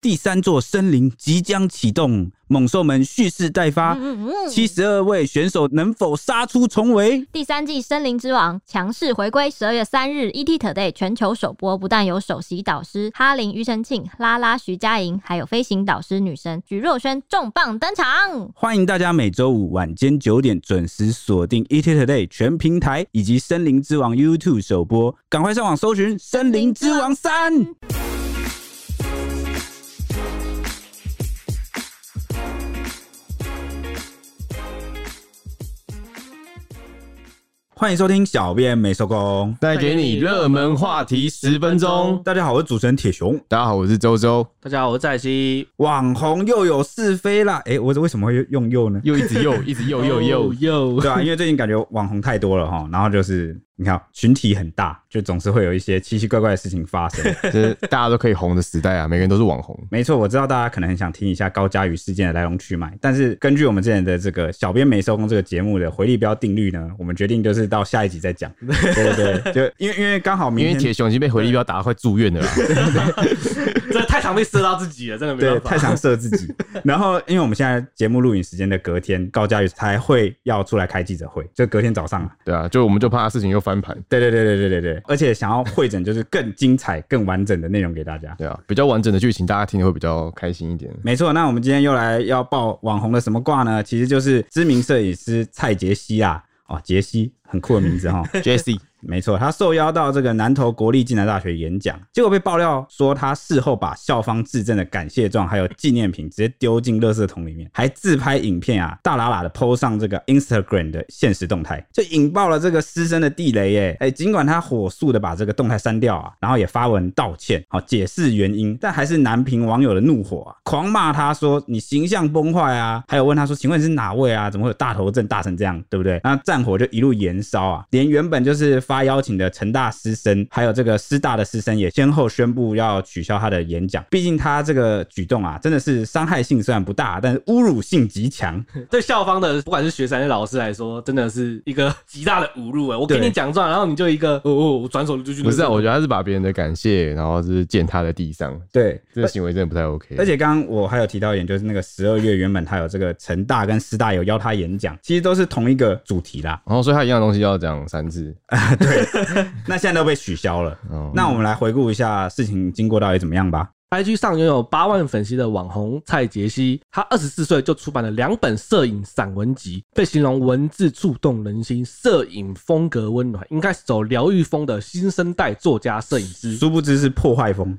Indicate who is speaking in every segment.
Speaker 1: 第三座森林即将启动，猛兽们蓄势待发。
Speaker 2: 嗯嗯
Speaker 1: 七十二位选手能否杀出重围？
Speaker 2: 第三季《森林之王》强势回归，十二月三日，ET Today 全球首播。不但有首席导师哈林、庾澄庆、拉拉、徐佳莹，还有飞行导师女神徐若瑄重磅登场。
Speaker 1: 欢迎大家每周五晚间九点准时锁定 ET Today 全平台以及《森林之王》YouTube 首播，赶快上网搜寻《森林之王三》。欢迎收听《小编没收工
Speaker 3: 带给你热门话题十分》，钟。
Speaker 1: 大家好，我是主持人铁熊。
Speaker 3: 大家好，我是周周，
Speaker 4: 大家好，我是蔡西，
Speaker 1: 网红又有是非啦，诶，我为什么会用又 呢？
Speaker 3: 又一直 又一直又又又，
Speaker 4: 又
Speaker 1: 对啊，因为最近感觉网红太多了哈，然后就是你看群体很大，就总是会有一些奇奇怪怪的事情发 生。
Speaker 3: 这是大家都可以红的时代啊，每个人都是网红。
Speaker 1: 没错，我知道大家可能很想听一下高佳瑜事件的来龙去脉，但是根据我们之前的这个“小编没收工”这个节目的回力标定律呢，我们决定就是到下一集再 讲。对对对，就因为因为刚好
Speaker 3: 因
Speaker 1: 明
Speaker 3: 为
Speaker 1: 天
Speaker 3: 铁熊已经被回力镖打到快住院了啊啦，
Speaker 4: 这太常被射到自己了，真的没
Speaker 1: 对
Speaker 4: 办法。
Speaker 1: 太想射自 己，然后因为我们现在节目录影时间的隔天，高佳瑜才会要出来开记者会，就隔天早上啊。
Speaker 3: 对啊，就我们就怕他事情又翻盘，
Speaker 1: 对对对对对对对，而且想要会诊就是更精彩、更完整的内容给大家。
Speaker 3: 对啊，比较完整的剧情，大家听的会比较开心一点。
Speaker 1: 没错，那我们今天又来要报网红的什么卦呢？其实就是知名摄影师蔡杰西啊，哦，杰西很酷的名字哈、
Speaker 3: Jesse，
Speaker 1: 没错，他受邀到这个南投国立暨南大学演讲，结果被爆料说他事后把校方致赠的感谢状还有纪念品直接丢进垃圾桶里面，还自拍影片啊，大喇喇的 PO 上这个 Instagram 的现实动态，就引爆了这个师生的地雷耶！哎，尽管他火速的把这个动态删掉啊，然后也发文道歉，好、解释原因，但还是难平网友的怒火啊，狂骂他说你形象崩坏啊，还有问他说，请问你是哪位啊？怎么会有大头症大成这样，对不对？那战火就一路延烧啊，连原本就是发邀请的成大师生，还有这个师大的师生也先后宣布要取消他的演讲，毕竟他这个举动啊，真的是伤害性虽然不大，但是侮辱性极强。
Speaker 4: 对校方的，不管是学生还是老师来说，真的是一个极大的侮辱哎！我给
Speaker 1: 对
Speaker 4: 你奖状，然后你就一个哦哦，我转手就去。
Speaker 3: 不是啊，我觉得他是把别人的感谢，然后是践踏在地上，
Speaker 1: 对，
Speaker 3: 这个行为真的不太 OK。
Speaker 1: 而且刚刚我还有提到一点，就是那个十二月原本他有这个成大跟师大有邀他演讲，其实都是同一个主题啦，
Speaker 3: 然后所以他一样的东西要讲三次，
Speaker 1: 那现在都被取消了。
Speaker 3: 哦
Speaker 1: 那我们来回顾一下事情经过到底怎么样吧。
Speaker 4: IG 上拥有八万粉丝的网红蔡杰西，他二十四岁就出版了两本摄影散文集，被形容文字触动人心，摄影风格温暖，应该是走疗愈风的新生代作家摄影师。
Speaker 1: 殊不知是破坏风，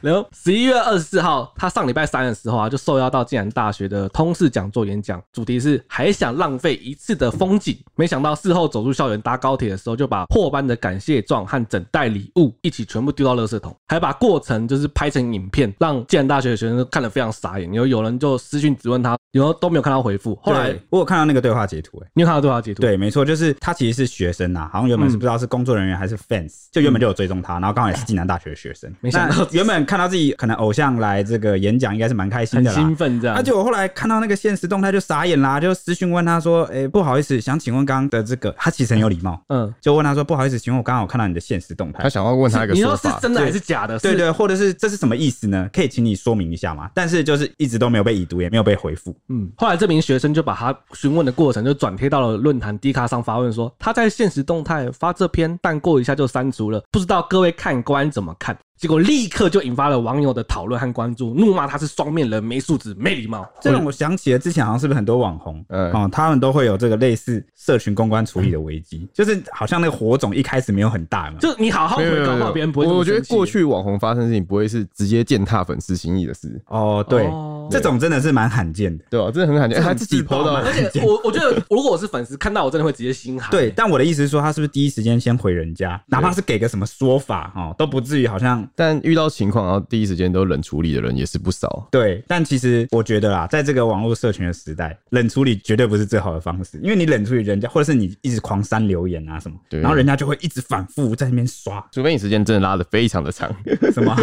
Speaker 4: 然后十一月二十四号，他上礼拜三的时候啊，就受邀到暨南大学的通识讲座演讲，主题是“还想浪费一次的风景”。没想到事后走出校园搭高铁的时候，就把破班的感谢状和整袋礼物一起全部丢到垃圾桶，还把过程就是拍成影片，让暨南大学的学生看得非常傻眼。然后有人就私讯质问他，然后都没有看到回复。后来
Speaker 1: 对我有看到那个对话截图、欸，
Speaker 4: 你有看到对话截图？
Speaker 1: 对，没错，就是他其实是学生呐、好像原本是
Speaker 4: 嗯
Speaker 1: 不知道是工作人员还是 fans，、就原本就有追踪他，然后刚好也是暨南大学的学生。
Speaker 4: 嗯没想到
Speaker 1: 那原本看到自己可能偶像来这个演讲，应该是蛮开心
Speaker 4: 很
Speaker 1: 的啦
Speaker 4: 兴。奋这样。
Speaker 1: 而且我后来看到那个现实动态就傻眼啦，就私讯问他说：“哎、不好意思，想请问刚刚的这个，他其实很有礼貌，
Speaker 4: 嗯，
Speaker 1: 就问他说不好意思，请问我刚好看到你的现实动态
Speaker 3: 他，想要问他一个
Speaker 4: 你
Speaker 3: 说
Speaker 4: 说是
Speaker 3: 法，
Speaker 4: 真的还是假的？
Speaker 1: 对
Speaker 4: 是
Speaker 1: 对，或者是这是什么意思呢？可以请你说明一下吗？但是就是一直都没有被已读，也没有被回复。
Speaker 4: 嗯，后来这名学生就把他询问的过程就转贴到了论坛 D 卡上发问说，他在现实动态发这篇，但过一下就删除了，不知道各位看官怎么看？结果立刻就引发了网友的讨论和关注，怒骂他是双面人、没素质、没礼 貌。
Speaker 1: 这让我想起了之前好像是不是很多网红，
Speaker 3: 嗯
Speaker 1: 哦，他们都会有这个类似社群公关处理的危机，就是好像那个火种一开始没有很大嘛，
Speaker 4: 就你好好
Speaker 3: 没有没
Speaker 4: 回
Speaker 3: 有
Speaker 4: 搞
Speaker 3: 没
Speaker 4: 不
Speaker 3: 有
Speaker 4: 好别人不会这么
Speaker 3: 我觉得
Speaker 4: 生气
Speaker 3: 过去网红发生的事情不会是直接践踏粉丝心意的事，
Speaker 1: 哦，对，
Speaker 4: 哦
Speaker 1: 这种真的是蛮罕见的。
Speaker 3: 对吧？真的很罕见，哎他自己
Speaker 1: 自爆
Speaker 3: 抛到
Speaker 1: 嘛
Speaker 4: 而且我我觉得如果我是粉丝看到我真的会直接心寒。
Speaker 1: 对，，但我的意思是说，他是不是第一时间先回人家，哪怕是给个什么说法哦，都不至于好像
Speaker 3: 但遇到情况，然后第一时间都冷处理的人也是不少。
Speaker 1: 对。但其实我觉得啦，在这个网络社群的时代，冷处理绝对不是最好的方式，因为你冷处理人家，或者是你一直狂删留言啊什么，
Speaker 3: 对
Speaker 1: 然后人家就会一直反复在那边刷
Speaker 3: 除非你时间真的拉的非常的长，
Speaker 1: 什么，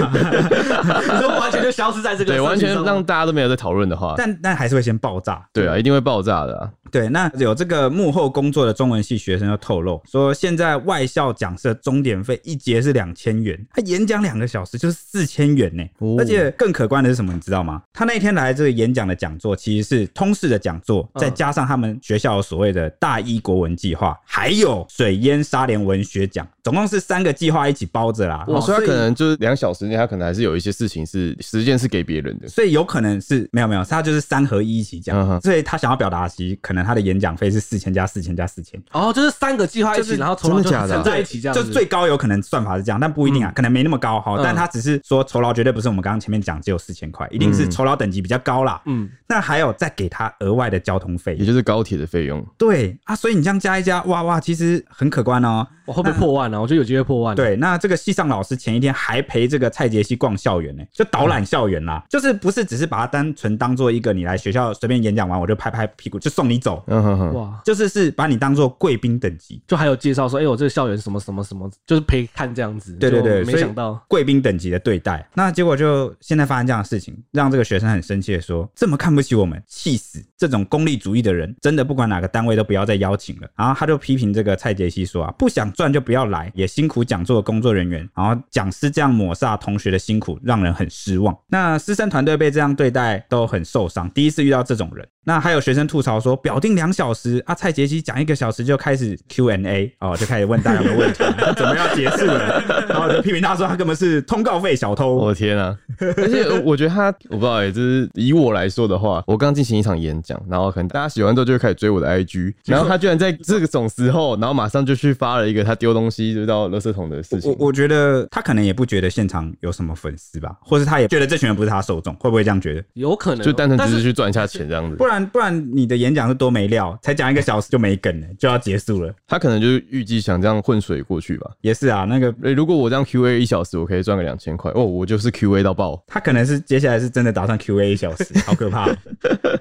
Speaker 4: 就完全就消失在这个
Speaker 3: 对，完
Speaker 4: 社
Speaker 3: 全
Speaker 4: 群上
Speaker 3: 让大家都没有在讨论的话，
Speaker 1: 但但还是会先爆炸。
Speaker 3: 对啊，一定会爆炸的、啊。
Speaker 1: 对，那有这个幕后工作的中文系学生就透露说，现在外校讲师的钟点费一节是两千元，他演讲两个小时就是四千元呢、
Speaker 3: 哦
Speaker 1: 而且更可观的是什么，你知道吗？他那一天来这个演讲的讲座其实是通识的讲座，
Speaker 4: 嗯
Speaker 1: 再加上他们学校所谓的大一国文计划，还有水淹沙莲文学奖，总共是三个计划一起包着啦。
Speaker 3: 我
Speaker 1: 哦
Speaker 3: 说
Speaker 1: 所
Speaker 3: 他
Speaker 1: 以
Speaker 3: 可能就是两小时内，他可能还是有一些事情是时间是给别人的。
Speaker 1: 所以有可能是没有没有，他就是三合一一起讲，
Speaker 3: 嗯哼
Speaker 1: 所以他想要表达的其实可能他的演讲费是四千加四千加四千，
Speaker 4: 哦，就是三个计划一起，然后酬劳
Speaker 3: 真
Speaker 4: 就
Speaker 3: 的假的
Speaker 4: 乘在一起这
Speaker 1: 啊哎
Speaker 4: 样
Speaker 1: 就是
Speaker 4: 子，
Speaker 1: 最高有可能算法是这样，但不一定啊，可能没那么高哈，
Speaker 4: 嗯
Speaker 1: 但他只是说酬劳绝对不是我们刚刚前面讲只有四千块，一定是
Speaker 3: 嗯
Speaker 1: 酬劳等级比较高啦。
Speaker 4: 嗯，
Speaker 1: 那还有再给他额外的交通费
Speaker 3: 也，就是高铁的费用，
Speaker 1: 对啊，所以你这样加一加，哇哇，其实很可观哦。
Speaker 4: 我会不会破万呢、啊？我觉得有机会破万、，
Speaker 1: 对，那这个系上老师前一天还陪这个蔡杰西逛校园呢、就导览校园
Speaker 4: 嗯
Speaker 1: 啦，就是不是只是把它单纯当做一个你来学校随便演讲完我就拍拍屁股就送你走，
Speaker 3: 嗯哼哼，
Speaker 4: 哇，
Speaker 1: 就是是把你当做贵宾等级。
Speaker 4: 就还有介绍说，哎、我这个校园什么什么什么，就是陪看这样子。
Speaker 1: 对对对，
Speaker 4: 就没
Speaker 1: 所以
Speaker 4: 想到，
Speaker 1: 贵宾等级的对待，那结果就现在发生这样的事情，让这个学生很生气的说：“这么看不起我们，气死！这种功利主义的人，真的不管哪个单位都不要再邀请了。”然后他就批评这个蔡杰西说：“啊，不想赚就不要来，也辛苦讲座的工作人员，然后讲师这样抹煞同学的辛苦，让人很失望。”那师生团队被这样对待都很受伤，第一次遇到这种人。那还有学生吐槽说，表定两小时啊，蔡杰西讲一个小时就开始 Q&A 哦，就开始问大家的问题，准备要结束了，然后我就批评他说他根本是通告费小偷。
Speaker 3: 我的天啊！而且我觉得他，我不知道哎、就是以我来说的话，我刚进行一场演讲，然后可能大家喜欢之后就会开始追我的 IG，然后他居然在这种时候，然后马上就去发了一个他丢东西就到垃圾桶的事
Speaker 1: 我
Speaker 3: 情。
Speaker 1: 我觉得他可能也不觉得现场有什么粉丝吧，或是他也觉得这群人不是他受众，会不会这样觉得？
Speaker 4: 有可能哦
Speaker 3: 就单纯
Speaker 4: 但
Speaker 3: 只
Speaker 4: 是
Speaker 3: 是去赚一下钱这样子
Speaker 1: 不，然不然你的演讲是多没料，才讲一个小时就没梗了，就要结束了。
Speaker 3: 他可能就是预计想这样混水过去吧。
Speaker 1: 也是啊，那个
Speaker 3: 诶如果我这样 QA 一小时，我可以赚个两千块哦，我就是 QA 到爆。
Speaker 1: 他可能是接下来是真的打算 Q A 一小时，好可怕。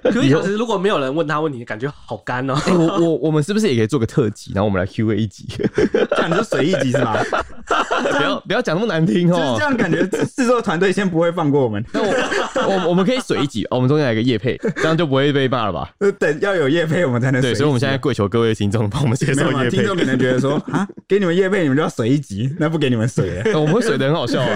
Speaker 4: 可是其实如果没有人问他问题，感觉好干哦、
Speaker 3: 诶我我我们是不是也可以做个特辑，然后我们来 QA 一 集？
Speaker 1: 这样你就随意集是吧？
Speaker 3: 不要不要讲那么难听
Speaker 1: 就是
Speaker 3: 哦
Speaker 1: 这。样，感觉制作团队先不会放过我们。
Speaker 3: 那我我我们可以水一集，哦我们中间来个叶配，这样就不会被骂 了吧？
Speaker 1: 呃，等要有业配我们才能随
Speaker 3: 对，
Speaker 1: 意
Speaker 3: 所以我们现在
Speaker 1: 集
Speaker 3: 跪求各位听众帮我们介
Speaker 1: 没
Speaker 3: 绍
Speaker 1: 有嘛
Speaker 3: 叶
Speaker 1: 听
Speaker 3: 配。
Speaker 1: 众可能觉得说啊，给你们业配你们就要水一集，那不给你们水了。
Speaker 3: 呃我们会水的很好笑啊，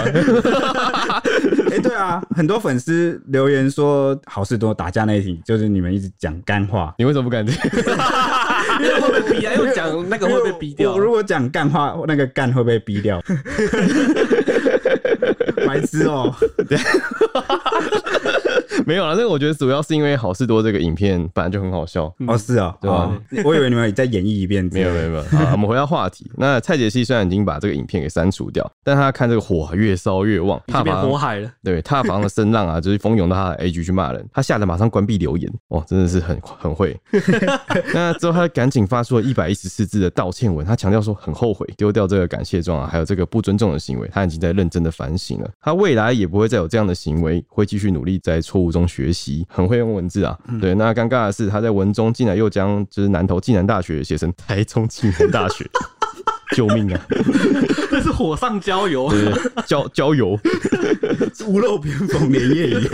Speaker 1: 哎、对啊，很多粉丝留言说好事多打架那一题就是你们一直讲干话。
Speaker 3: 你为什么不敢？
Speaker 4: 因为会被逼啊，因为讲那个会被啊逼掉
Speaker 1: 哎我。如果讲干话，那个干会被逼掉。白痴哦、
Speaker 3: 没有了，那个我觉得主要是因为好事多这个影片本来就很好笑。
Speaker 1: 哦是哦、
Speaker 3: 对啊
Speaker 1: 哦我以为你们再演绎一遍之
Speaker 3: 没
Speaker 1: 类
Speaker 3: 有
Speaker 1: 的。
Speaker 3: 没有没 有，好，我们回到话题。那蔡杰西虽然已经把这个影片给删除掉，但他看这个火越烧越旺，
Speaker 4: 已
Speaker 3: 怕
Speaker 4: 经变
Speaker 3: 把
Speaker 4: 火海了，
Speaker 3: 对，踏房的声浪啊，就是 蜂拥到他的 A G 去骂人，他吓得马上关闭留言，哇，真的是很很会。那之后他赶紧发出了一百一十四字的道歉文，他强调说很后悔丢掉这个感谢状啊，还有这个不尊重的行为，他已经在认真的反省了，他未来也不会再有这样的行为，会继续努力在错误中学习，很会用文字啊。对，那尴尬的是他在文中竟然又将就是南投暨南大学写成台中暨南大学，救命啊！
Speaker 4: 这是火上浇油。
Speaker 3: 就是郊郊游。
Speaker 1: 屋漏偏逢连夜雨。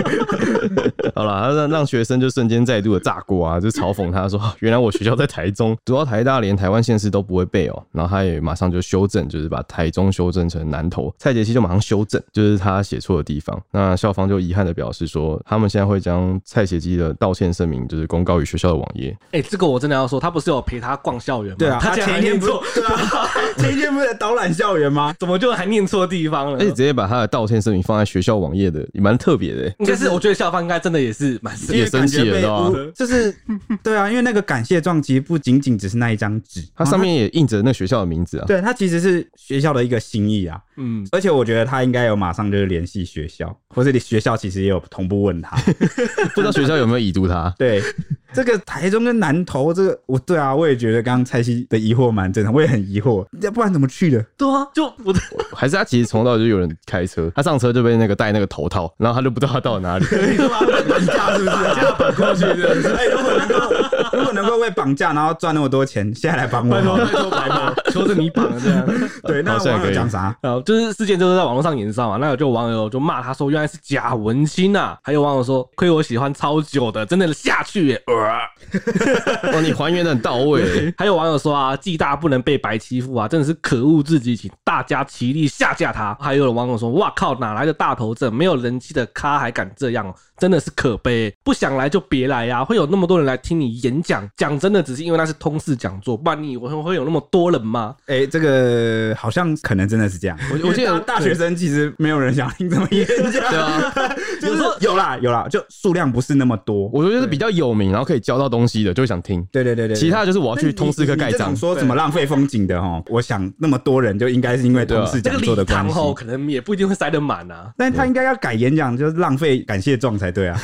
Speaker 3: 好了，让让学生就瞬间再度的炸锅啊，就 嘲讽他说：“原来我学校在台中，读到台大连台湾县市都不会背哦。”然后他也马上就修正，就是把台中修正成南投。蔡杰西就马上修正，就是他写错的地方。那校方就遗憾的表示说，他们现在会将蔡杰西的道歉声明就是公告于学校的网页。
Speaker 4: 哎，这个我真的要说，他不是有陪他逛校园吗？
Speaker 1: 对啊，
Speaker 4: 他
Speaker 1: 他
Speaker 4: 竟然
Speaker 1: 前
Speaker 4: 还
Speaker 1: 一天
Speaker 4: 念
Speaker 1: 不
Speaker 4: 错，
Speaker 1: 是对啊，前一天不是在导览校园吗？
Speaker 4: 怎么就还念错地方了
Speaker 1: 哎
Speaker 3: 而且？直接把他的道歉声明放在学校网页的，也蛮特别的欸、
Speaker 4: 应该是我觉得校方应该真的也是蛮
Speaker 1: 因
Speaker 4: 生
Speaker 1: 为
Speaker 3: 也生气了
Speaker 1: 感觉被
Speaker 3: 对
Speaker 1: 污就是 对啊，因为那个感谢状其实不仅仅只是那一张纸，
Speaker 3: 它上面也印着那学校的名字啊。
Speaker 1: 对它其实是学校的一个心意啊。
Speaker 4: 嗯，
Speaker 1: 而且我觉得他应该有马上就是联系学校，或是学校其实也有同步问他。？
Speaker 3: 不知道学校有没有已读他
Speaker 1: 对，这个台中跟南投这个，我对啊，我也觉得刚刚蔡西的疑惑蛮正常，我也很疑惑，要不然怎么去的？
Speaker 4: 对啊，就我的
Speaker 3: 还是他其实从头到尾就有人开车，他上车就被那个戴那个头套，然后他就不知道他到了哪里。
Speaker 1: 你干嘛？你架是不是？这样本过去的。哎，如果能够，如果能够为绑架然后赚那么多钱，现在来帮我
Speaker 4: 拜
Speaker 1: 好
Speaker 4: 托拜
Speaker 1: 了。
Speaker 4: 托拜托，求着你绑了 这样。
Speaker 1: 对，那
Speaker 3: 好像也
Speaker 1: 网
Speaker 3: 可
Speaker 1: 友
Speaker 3: 以
Speaker 1: 讲啥？
Speaker 4: 呃，就是事件就是在网络上延烧嘛，那有就网友就骂他说原来是假文青啊，还有网友说亏我喜欢超久的，真的下去耶、呃
Speaker 3: 哇，哦你还原的很到位，
Speaker 4: 还有网友说啊，暨大不能被白欺负啊，真的是可恶至极，请大家齐力下架他。还有网友说，哇靠，哪来的大头症，没有人气的咖还敢这样、哦，真的是可悲、不想来就别来呀、会有那么多人来听你演讲，讲真的只是因为那是通识讲座，不然你以为会有那么多人吗？
Speaker 1: 哎、这个好像可能真的是这样。我
Speaker 3: 我记得
Speaker 1: 大大学生其实没有人想听这么演讲，对啊， 就是有啦有啦，就数量不是那么多。
Speaker 3: 我觉得是比较有名，然后可以教到东西的，就会想听。
Speaker 1: 对对对对，对
Speaker 3: 其他的就是我要去通识课盖
Speaker 1: 你这种
Speaker 3: 章，
Speaker 1: 说什么浪费风景的哈，我想那么多人就应该是因为同事
Speaker 4: 这
Speaker 1: 讲
Speaker 4: 个
Speaker 1: 座的
Speaker 4: 礼
Speaker 1: 关
Speaker 4: 堂
Speaker 1: 系。
Speaker 4: 哦，可能也不一定会塞得满啊。
Speaker 1: 但他应该要改演讲，就是浪费感谢状才对啊！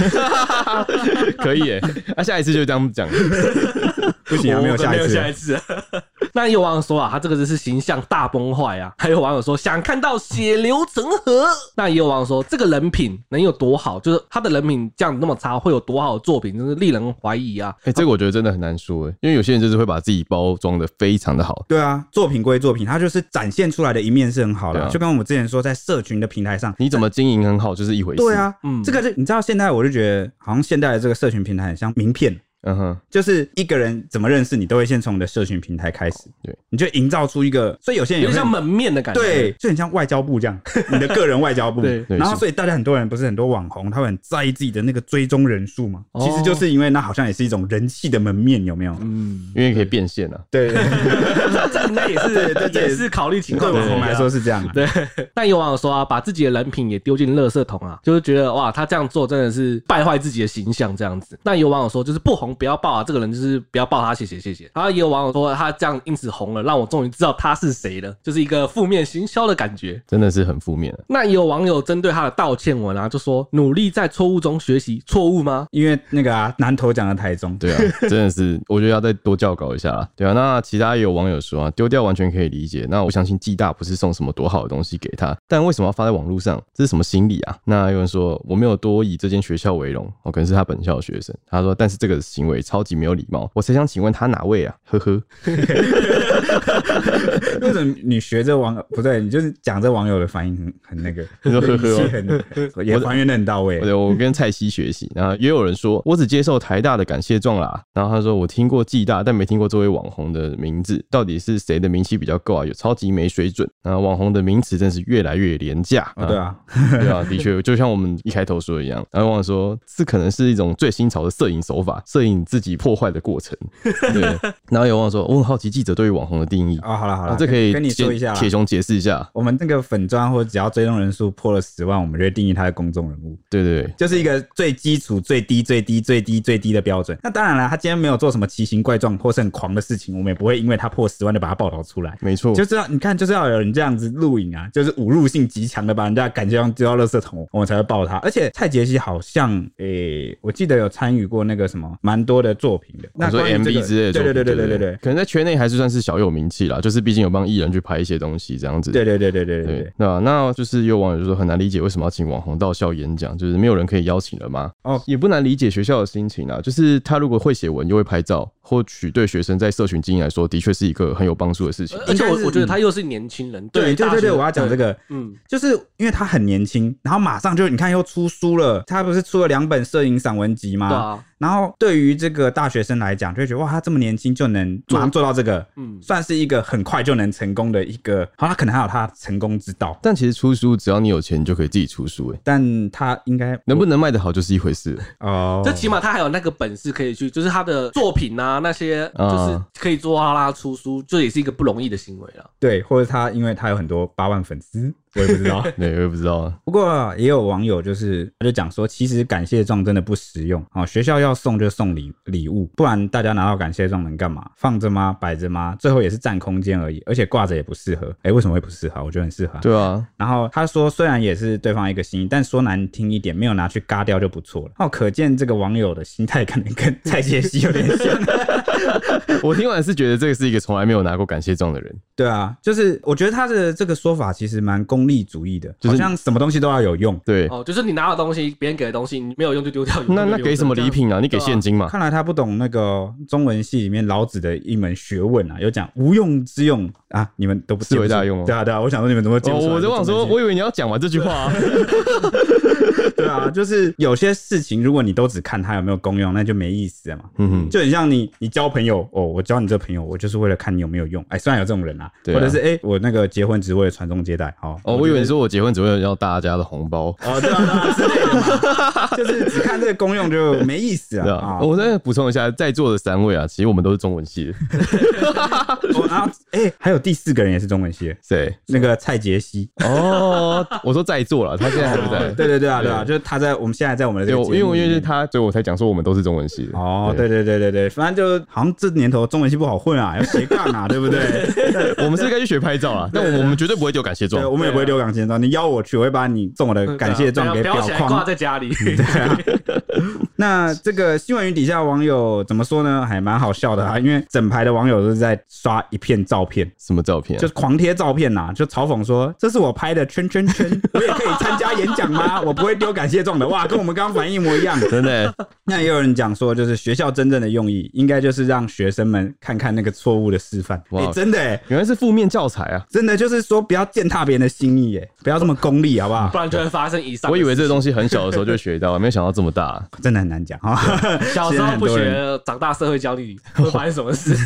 Speaker 3: 可以耶。那下一次就这样讲，
Speaker 1: 不行啊，
Speaker 4: 我
Speaker 1: 没有
Speaker 4: 们
Speaker 1: 下一次了。
Speaker 4: 次。 那也有网友说啊，他这个就是形象大崩坏啊。 还有网友说想看到血流成河。那也有网友说这个人品能有多好，就是他的人品这样那么差，会有多好的作品，真是令人怀疑啊。
Speaker 3: 哎，这个我觉得真的很难说耶，因为有些人就是会把自己包装的非常的好，
Speaker 1: 对啊，作品归作品，它就是展现出来的一面是很好的啊、
Speaker 3: 对啊
Speaker 1: 就跟我们之前说，在社群的平台上，
Speaker 3: 你怎么经营很好就是一回事。
Speaker 1: 对，啊，
Speaker 4: 嗯
Speaker 1: 这个是你知道，现在我就觉得好像现在的这个社群平台很像名片，
Speaker 3: 嗯哼，
Speaker 1: 就是一个人怎么认识你，都会先从你的社群平台开始，
Speaker 3: 对，
Speaker 1: 你就营造出一个，所以有些人
Speaker 4: 哦有
Speaker 1: 有
Speaker 4: 点
Speaker 1: 没有
Speaker 4: 像门面的感觉。
Speaker 1: 哎对，就很像外交部这样，你的个人外交部。
Speaker 4: 对
Speaker 3: 对
Speaker 1: 然后
Speaker 3: 是
Speaker 1: 所以大家很多人不是很多网红，他们很在意自己的那个追踪人数嘛，
Speaker 4: 哦
Speaker 1: 其实就是因为那好像也是一种人气的门面，有没有？
Speaker 4: 嗯，
Speaker 3: 因为可以变现啊。
Speaker 1: 对，对
Speaker 4: 这个应该也
Speaker 1: 对对
Speaker 4: 是
Speaker 1: 对
Speaker 4: 也是考虑 情况
Speaker 1: 网
Speaker 4: 之一啊
Speaker 1: 红来说是这样啊。
Speaker 4: 对，但有网友说啊，把自己的人品也丢进垃圾桶啊，就是觉得哇，他这样做真的是败坏自己的形象这样子。那有网友说，就是不红不要爆啊，这个人就是不要爆他，谢谢谢谢。然后也有网友说，他这样因此红了，让我终于知道他是谁了，就是一个负面行销的感觉。
Speaker 3: 真的是很负面啊，
Speaker 4: 那也有网友针对他的道歉文啊，就说努力在错误中学习，错误吗？
Speaker 1: 因为那个啊，南投讲的台中，
Speaker 3: 对啊，真的是，我觉得要再多教稿一下啦。对啊，那其他也有网友说啊，丢掉完全可以理解。那我相信暨大不是送什么多好的东西给他，但为什么要发在网络上？这是什么心理啊？那有人说我没有多以这间学校为荣，我、可能是他本校的学生。他说，但是这个行为超级没有礼貌，我才想请问他哪位啊？呵呵，
Speaker 1: 为什么你学这网友不对？你就是讲这网友的反应很很那个，
Speaker 3: 你说呵呵哦
Speaker 1: 语气很也还原的很到位。
Speaker 3: 对，我跟蔡西学习。然后也有人说，我只接受台大的感谢状啦。然后他说，我听过暨大，但没听过这位网红的名字，到底是谁的名气比较够啊？有超级没水准。然后网红的名词真是越来越廉价。
Speaker 1: 哦，对啊，
Speaker 3: 对啊，的确，就像我们一开头说的一样，然后忘了说，这可能是一种最新潮的摄影手法，摄影自己破坏的过程。对， 然后也忘了说，我很好奇记者对于网红的定义，
Speaker 1: 哦，好了好
Speaker 3: 啊
Speaker 1: 了，
Speaker 3: 这可以
Speaker 1: 跟你说
Speaker 3: 先
Speaker 1: 一下啦
Speaker 3: 铁熊解释一下。
Speaker 1: 我们那个粉砖或者只要追踪人数破了十万，我们就会定义他的公众人物。
Speaker 3: 对对对，
Speaker 1: 就是一个最基础、最低、最低、最低、最低的标准。那当然了，他今天没有做什么奇形怪状或是很狂的事情，我们也不会因为他破十万就把他报道出来。
Speaker 3: 没错，
Speaker 1: 就是要你看，就是要有人这样子录影啊，就是侮辱性极强的把人家感觉像丢到垃圾桶，我们才会爆他。而且蔡杰西好像诶、我记得有参与过那个什么蛮多的作品的，那
Speaker 3: 你说
Speaker 1: 关于
Speaker 3: MV
Speaker 1: 这个
Speaker 3: 之类的作
Speaker 1: 对
Speaker 3: 品，
Speaker 1: 对对对对对对
Speaker 3: 可能在圈内还是算是小有名气啦，就是毕竟有帮艺人去拍一些东西这样子。
Speaker 1: 对对对对对对
Speaker 3: 对
Speaker 1: 对。，
Speaker 3: 那那就是有网友就说很难理解为什么要请网红到校演讲，就是没有人可以邀请了吗？
Speaker 1: 哦
Speaker 3: 也不难理解学校的心情啦，就是他如果会写文又会拍照，或许对学生在社群经营来说，的确是一个很有帮助的事情。
Speaker 4: 而且
Speaker 1: 应该
Speaker 4: 我
Speaker 1: 是
Speaker 4: 我觉得他又是年轻人，
Speaker 1: 对对
Speaker 4: 大
Speaker 1: 对
Speaker 4: 学
Speaker 1: 对，我要讲这。个，
Speaker 4: 嗯，
Speaker 1: 就是因为他很年轻，然后马上就你看又出书了，他不是出了两本摄影散文集吗？
Speaker 4: 对啊，
Speaker 1: 然后对于这个大学生来讲，就会觉得哇，他这么年轻就能马上做到这个，
Speaker 4: 嗯
Speaker 1: 算是一个很快就能成功的一个。好，他可能还有他成功之道，
Speaker 3: 但其实出书，只要你有钱，你就可以自己出书、欸。
Speaker 1: 但他应该
Speaker 3: 能不能卖得好就是一回事。
Speaker 1: 哦，
Speaker 4: 这起码他还有那个本事可以去，就是他的作品啊，那些就是
Speaker 3: 啊
Speaker 4: 可以做到啦出书，这也是一个不容易的行为了。
Speaker 1: 对，或者他因为他有很多八万粉丝，我也不知道。
Speaker 3: 对，我也不知道啊。
Speaker 1: 不过也有网友就是他就讲说，其实感谢状真的不实用哦，学校要送就送礼礼物，不然大家拿到感谢状能干嘛？放着吗？摆着吗？最后也是占空间而已，而且挂着也不适合。哎，为什么会不适合？我觉得很适合啊。
Speaker 3: 对啊，
Speaker 1: 然后他说，虽然也是对方一个心意，但说难听一点，没有拿去嘎掉就不错了。哦，可见这个网友的心态可能跟蔡杰西有点 像。
Speaker 3: 我听完是觉得这个是一个从来没有拿过感谢状的人。
Speaker 1: 对啊，就是我觉得他的这个说法其实蛮公功利主义的，
Speaker 3: 就是
Speaker 1: 好像什么东西都要有用。
Speaker 3: 对，
Speaker 4: 哦，就是你拿到东西，别人给的东西，你没有用就丢掉。有用
Speaker 3: 那
Speaker 4: 就
Speaker 3: 那
Speaker 4: 留
Speaker 3: 给
Speaker 4: 着
Speaker 3: 什么
Speaker 4: 这
Speaker 3: 礼
Speaker 4: 样
Speaker 3: 品啊？你给现金嘛？
Speaker 1: 看来他不懂那个中文系里面老子的一门学问啊，有讲无用之用啊，你们都不
Speaker 3: 是为大用哦
Speaker 1: 对啊，对啊，我想说你们怎么接
Speaker 3: 哦，
Speaker 1: 不出来
Speaker 3: 我就
Speaker 1: 中
Speaker 3: 想
Speaker 1: 文系
Speaker 3: 说，我以为你要讲完这句 话、啊。
Speaker 1: 对啊，就是有些事情，如果你都只看它有没有功用，那就没意思了嘛。
Speaker 3: 嗯
Speaker 1: 就很像你，你交朋友哦，我交你这朋友，我就是为了看你有没有用。哎，虽然有这种人啊，
Speaker 3: 对啊
Speaker 1: 或者是哎、我那个结婚只为了传宗接代，好、
Speaker 3: 哦，我以为你说我结婚只会要大家的红包。
Speaker 1: 哦，对啊，对啊之类的嘛， 就是只看这个功用就没意思
Speaker 3: 对
Speaker 1: 啊
Speaker 3: 啊
Speaker 1: 啊，。
Speaker 3: 我再补充一下，在座的三位啊，其实我们都是中文系的。
Speaker 1: 我然后哎、还有第四个人也是中文系的，
Speaker 3: 谁？
Speaker 1: 那个蔡杰西。
Speaker 3: 哦， 我说在座了，他现在还不在。
Speaker 1: 对对对啊，对啊，就是他在我们现在在我们的
Speaker 3: 对，
Speaker 1: 这个
Speaker 3: 我
Speaker 1: 节目
Speaker 3: 因为我
Speaker 1: 里
Speaker 3: 因为
Speaker 1: 面
Speaker 3: 是他，所以我才讲说我们都是中文系的。
Speaker 1: 哦，对对对对对，反正就好像这年头中文系不好混啊，要斜杠 啊，对不对？
Speaker 3: 我们是该去学拍照啊，但我们绝对不会丢感谢状
Speaker 1: 对，。我们也不会丢感谢状。你邀我去，我会把你送我的感谢状
Speaker 4: 啊不
Speaker 1: 给表
Speaker 4: 要不要起来挂
Speaker 1: 框。
Speaker 4: 在家里。
Speaker 3: 啊
Speaker 1: 那这个新闻云底下网友怎么说呢？还蛮好笑的
Speaker 4: 嗯
Speaker 1: 啊，因为整排的网友都是在刷一片照片，
Speaker 3: 什么照片啊
Speaker 1: 就？是狂贴照片呐、就嘲讽说这是我拍的圈圈圈， 我也可以参加演讲吗？我不会丢感谢状的。哇，跟我们刚刚反应一模 一样。
Speaker 3: 真的
Speaker 1: 那也有人讲说，就是学校真正的用意，应该就是让学生们看看那个错误的示范。
Speaker 3: 哇
Speaker 1: 哎、真的哎、
Speaker 3: 原来是负面教材啊！
Speaker 1: 真的就是说不要践踏别人的心意哎，不要这么功利好不好
Speaker 4: 不？然就会发生 以上的事情。
Speaker 3: 我以为这东西很小的时候就学到，没有想到这么大。
Speaker 1: 真的很难讲哈。
Speaker 4: 小时候不
Speaker 1: 现在很多人
Speaker 4: 学，长大社会焦虑会发生什么事？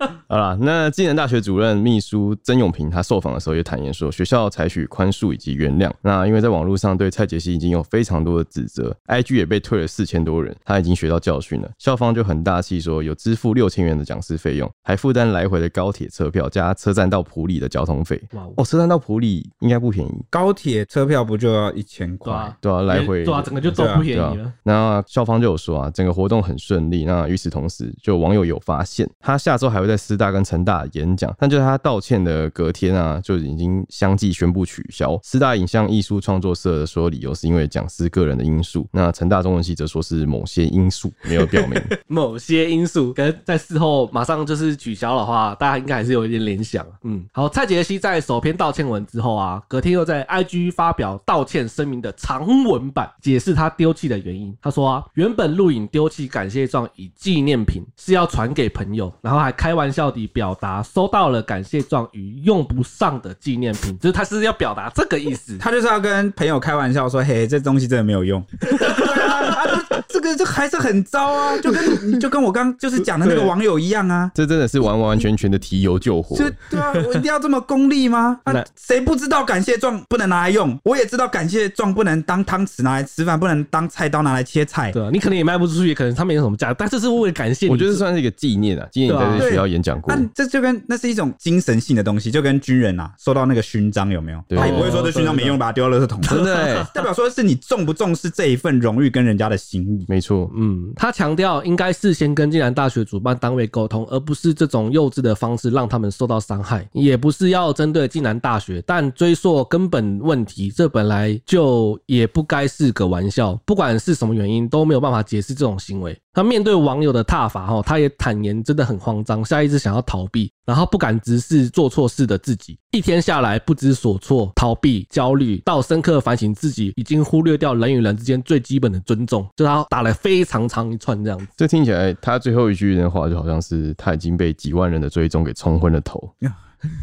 Speaker 3: 好啦，那暨南大学主任秘书曾永平他受访的时候也坦言说，学校采取宽恕以及原谅。那因为在网络上对蔡杰西已经有非常多的指责，IG 也被退了四千多人，他已经学到教训了。校方就很大气说，有支付六千元的讲师费用，还负担来回的高铁车票加车站到普里的交通费。
Speaker 4: 哇
Speaker 3: 哦，车站到普里应该不便宜。
Speaker 1: 高铁车票不就要一千
Speaker 4: 对
Speaker 1: 块
Speaker 4: 啊？，
Speaker 3: 对啊，来回
Speaker 4: 对啊，整个就都不便宜了。
Speaker 3: 那校方就有说啊，整个活动很顺利。那与此同时，就网友有发现，他下周还会在师大跟成大演讲，但就是他道歉的隔天啊，就已经相继宣布取消。师大影像艺术创作社的说理由是因为讲师个人的因素，那成大中文系则说是某些因素没有表 明。
Speaker 4: 某些因素，可能在事后马上就是取消的话，大家应该还是有一点联想。嗯，好，蔡杰西在首篇道歉文之后啊，隔天又在 IG 发表道歉声明的长文版，解释他丢弃的原因。他说啊，原本录影丢弃感谢状以纪念品是要传给朋友，然后还开玩笑地表达收到了感谢状与用不上的纪念品，就是他是要表达这个 意思。
Speaker 1: 他就是要跟朋友开玩笑说：“嘿，这东西真的没有 用。对啊”啊这个这还是很糟啊，就跟就跟我刚就是讲的那个网友一样啊，
Speaker 3: 这真的是完完全全的提油救火。
Speaker 1: 就对啊，我一定要这么功利吗？啊
Speaker 4: 那，
Speaker 1: 谁不知道感谢状不能拿来用？我也知道感谢状不能当汤匙拿来吃饭，不能当菜刀拿来切菜。
Speaker 4: 对啊，你可能也卖不出去，可能他没有什么价值，但这是为了感谢你。
Speaker 3: 我觉得算是一个纪念啊，纪念你在这学校演讲过
Speaker 1: 那、。
Speaker 4: 啊
Speaker 1: 这就跟那是一种精神性的东西，就跟军人啊收到那个勋章有没有？
Speaker 3: 对
Speaker 1: 他也不会说这勋章没用，把它丢到垃圾桶。
Speaker 3: 真的欸，
Speaker 1: 代表说是你重不重视这一份荣誉跟人家的心意。
Speaker 3: 没错。
Speaker 4: 嗯，他强调应该事先跟暨南大学主办单位沟通，而不是这种幼稚的方式让他们受到伤害，也不是要针对暨南大学，但追溯根本问题，这本来就也不该是个玩笑，不管是什么原因都没有办法解释这种行为。那面对网友的挞伐，哈，他也坦言真的很慌张，下意识想要逃避，然后不敢直视做错事的自己。一天下来不知所措、逃避、焦虑，到深刻反省自己已经忽略掉人与人之间最基本的尊重，就他打了非常长一串这样子。
Speaker 3: 这听起来，他最后一句的话就好像是他已经被几万人的追踪给冲昏了头。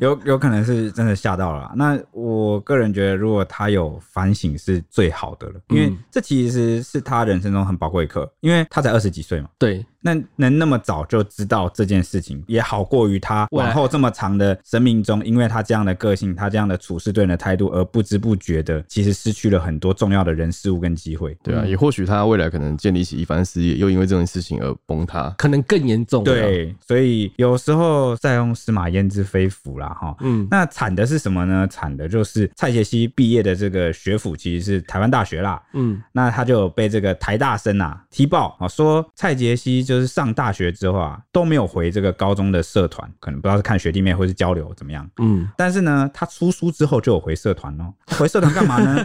Speaker 1: 有有可能是真的吓到了啦。那我个人觉得，如果他有反省是最好的了，因为
Speaker 4: 嗯
Speaker 1: 这其实是他人生中很宝贵的课，因为他才二十几岁嘛。
Speaker 4: 对，
Speaker 1: 那能那么早就知道这件事情，也好过于他
Speaker 4: 未来
Speaker 1: 往后这么长的生命中，因为他这样的个性，他这样的处事对人的态度，而不知不觉的，其实失去了很多重要的人事物跟机会。
Speaker 3: 对啊，也或许他未来可能建立起一番事业，又因为这种事情而崩塌。
Speaker 4: 可能更严重。，
Speaker 1: 对，所以有时候塞翁失马焉知非福啦，哈。
Speaker 4: 嗯，
Speaker 1: 那惨的是什么呢？惨的就是蔡杰西毕业的这个学府其实是台湾大学啦，
Speaker 4: 嗯，
Speaker 1: 哦那他就有被这个台大生啊踢爆啊，说蔡杰西就是上大学之后啊，都没有回这个高中的社团，可能不知道是看学弟妹或是交流怎么样。
Speaker 4: 嗯，
Speaker 1: 但是呢，他出书之后就有回社团哦。回社团干嘛 呢？